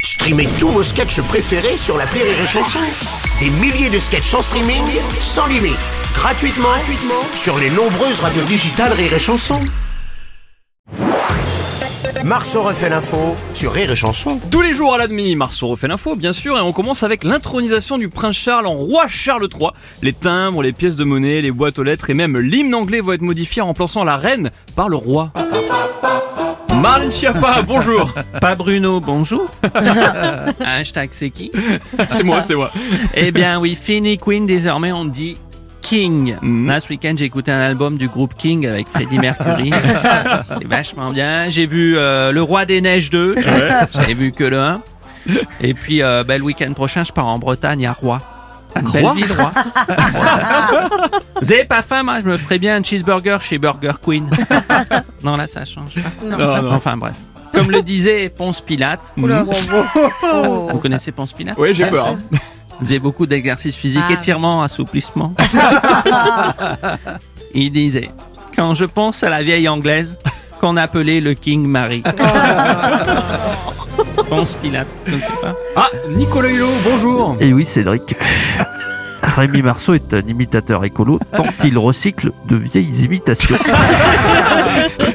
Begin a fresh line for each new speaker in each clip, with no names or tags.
Streamez tous vos sketchs préférés sur la Rire et Chanson. Des milliers de sketchs en streaming, sans limite, gratuitement, gratuitement sur les nombreuses radios digitales Rire et Chanson. Marceau refait l'info sur Rire et Chanson.
Tous les jours à la demi, Marceau refait l'info, bien sûr, et on commence avec l'intronisation du prince Charles en roi Charles III. Les timbres, les pièces de monnaie, les boîtes aux lettres et même l'hymne anglais vont être modifiés en remplaçant la reine par le roi. Marlène Schiappa, bonjour
Pas Bruno, bonjour. Hashtag c'est qui
C'est moi, c'est moi.
Eh bien oui, Finny Queen, désormais on dit King.
Mm.
Là, ce week-end, j'ai écouté un album du groupe King avec Freddie Mercury. C'est vachement bien. J'ai vu euh, Le Roi des Neiges 2. J'avais vu que le 1. Et puis, euh, bah, le week-end prochain, je pars en Bretagne à Roi. Une Belle
Roi
ville, Roi. Voilà. Vous avez pas faim, moi Je me ferais bien un cheeseburger chez Burger Queen. Non, là, ça change pas.
Non, non.
Enfin, bref. Comme le disait Ponce Pilate. Vous
Oh.
connaissez Ponce Pilate
Oui, j'ai peur. hein.
Il faisait beaucoup d'exercices physiques,
Ah.
étirements, assouplissements. Il disait Quand je pense à la vieille anglaise qu'on appelait le King Mary. Ponce Pilate, je sais pas.
Ah, Nicolas Hulot, bonjour
Et oui, Cédric. Rémi Marceau est un imitateur écolo tant qu'il recycle de vieilles imitations.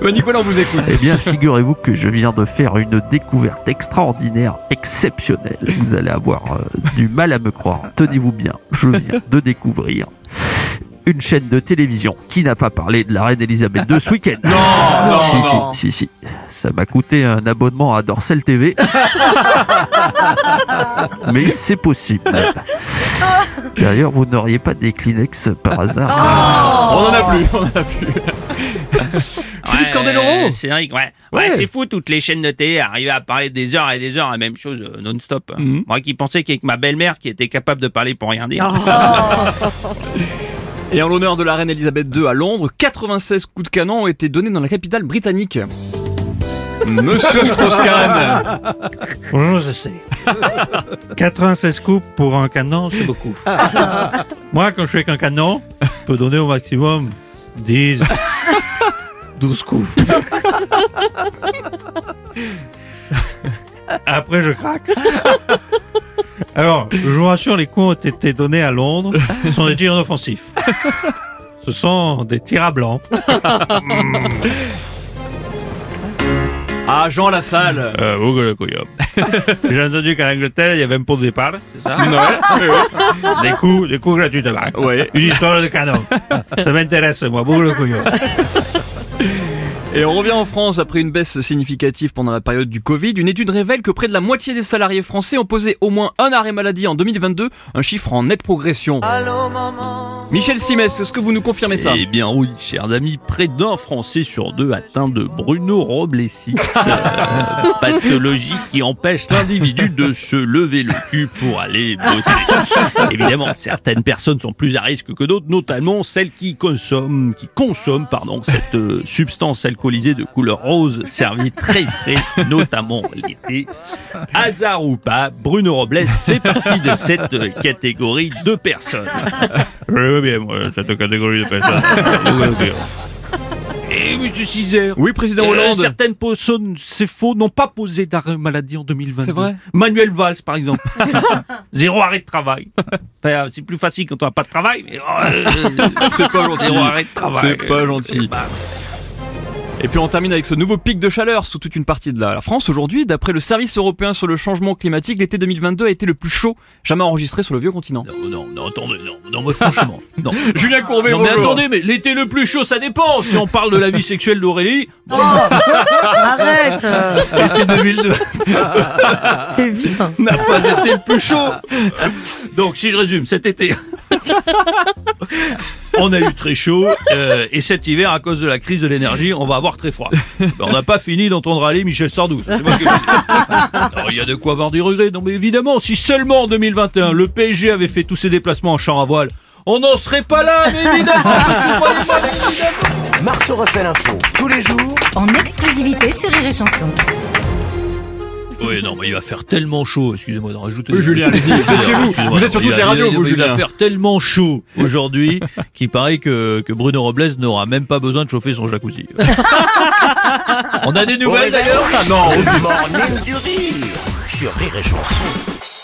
Bah, Nicolas, on vous écoute.
Eh bien, figurez-vous que je viens de faire une découverte extraordinaire, exceptionnelle. Vous allez avoir euh, du mal à me croire. Tenez-vous bien, je viens de découvrir une chaîne de télévision qui n'a pas parlé de la reine Elisabeth II ce week-end. Non, si, si, si, si. Ça m'a coûté un abonnement à Dorsel TV. Mais c'est possible. D'ailleurs, vous n'auriez pas des Kleenex par hasard Ah.
On en a plus, on en a plus. Philippe
Ouais, euh,
Candeloro
Cédric, ouais. Ouais,
Ouais.
c'est fou, toutes les chaînes de télé arrivaient à parler des heures et des heures, la même chose euh, non-stop.
Mhm.
Moi qui pensais qu'avec ma belle-mère qui était capable de parler pour rien dire.
Et en l'honneur de la reine Elisabeth II à Londres, 96 coups de canon ont été donnés dans la capitale britannique. Monsieur Strauss-Kahn
Bonjour, je sais. 96 coupes pour un canon, c'est beaucoup. Moi, quand je suis avec un canon, je peux donner au maximum 10, 12 coups. Après, je craque. Alors, je vous rassure, les coups ont été donnés à Londres. Ce sont des tirs inoffensifs. Ce sont des tirs à blanc.
Ah, Jean Lassalle
Euh, vous que le couillon. J'ai entendu qu'en Angleterre, il y avait un pot de départ, c'est ça Des coups, des coups gratuitement.
Ouais.
Une histoire de canon. Ça m'intéresse, moi, vous le couillon.
Et on revient en France après une baisse significative pendant la période du Covid. Une étude révèle que près de la moitié des salariés français ont posé au moins un arrêt maladie en 2022, un chiffre en nette progression. Michel Simès, est-ce que vous nous confirmez ça
Eh bien oui, chers amis, près d'un Français sur deux atteint de Bruno Roblesite, Euh, pathologie qui empêche l'individu de se lever le cul pour aller bosser. Évidemment, certaines personnes sont plus à risque que d'autres, notamment celles qui consomment, qui consomment pardon, cette euh, substance alcoolisée de couleur rose servie très frais, notamment l'été. Hasard ou pas, Bruno Robles fait partie de cette euh, catégorie de personnes.
Je veux bien, moi, cette catégorie de personnes. Vous le couillon.
Et monsieur Cizère,
Oui, président
Euh,
Hollande.
certaines personnes, c'est faux, n'ont pas posé d'arrêt maladie en 2022.
C'est vrai.
Manuel Valls, par exemple. Zéro arrêt de travail. Enfin, euh, c'est plus facile quand on n'a pas de travail. mais, euh,
c'est pas gentil.
Zéro arrêt de travail.
C'est pas gentil.
Bah,
Et puis on termine avec ce nouveau pic de chaleur sous toute une partie de la la France aujourd'hui. D'après le service européen sur le changement climatique, l'été 2022 a été le plus chaud jamais enregistré sur le vieux continent.
non, non, non, attendez, non, non, mais franchement, non.
Julien Courbet,
Non mais
bonjour.
attendez, mais l'été le plus chaud, ça dépend. Si on parle de la vie sexuelle d'Aurélie,
Arrête euh,
l'été 2002
T'es vilain
n'a pas été le plus chaud. Donc si je résume, cet été, on a eu très chaud euh, et cet hiver, à cause de la crise de l'énergie, on va avoir très froid. Ben, on n'a pas fini d'entendre aller Michel Sardou. ça, c'est moi qui vous le dis. Alors, Il y a de quoi avoir du regret. Non mais évidemment, si seulement en 2021, le PSG avait fait tous ses déplacements en champ à voile, on n'en serait pas là, mais évidemment. Croyez-moi, évidemment.
Marceau refait l'info tous les jours
en exclusivité sur Rire et Chanson.
Oui, non, mais il va faire tellement chaud, excusez-moi d'en rajouter.
Oui, Julien, allez-y, faites chez vous.
Excusez-moi,
Vous êtes sur
il
toutes
va-
les radios,
il va-
vous,
Il
Julien.
va faire tellement chaud aujourd'hui qu'il paraît que, que Bruno Robles n'aura même pas besoin de chauffer son jacuzzi. On a des nouvelles d'ailleurs
Au réveil, le morning du rire sur Rire et Chanson.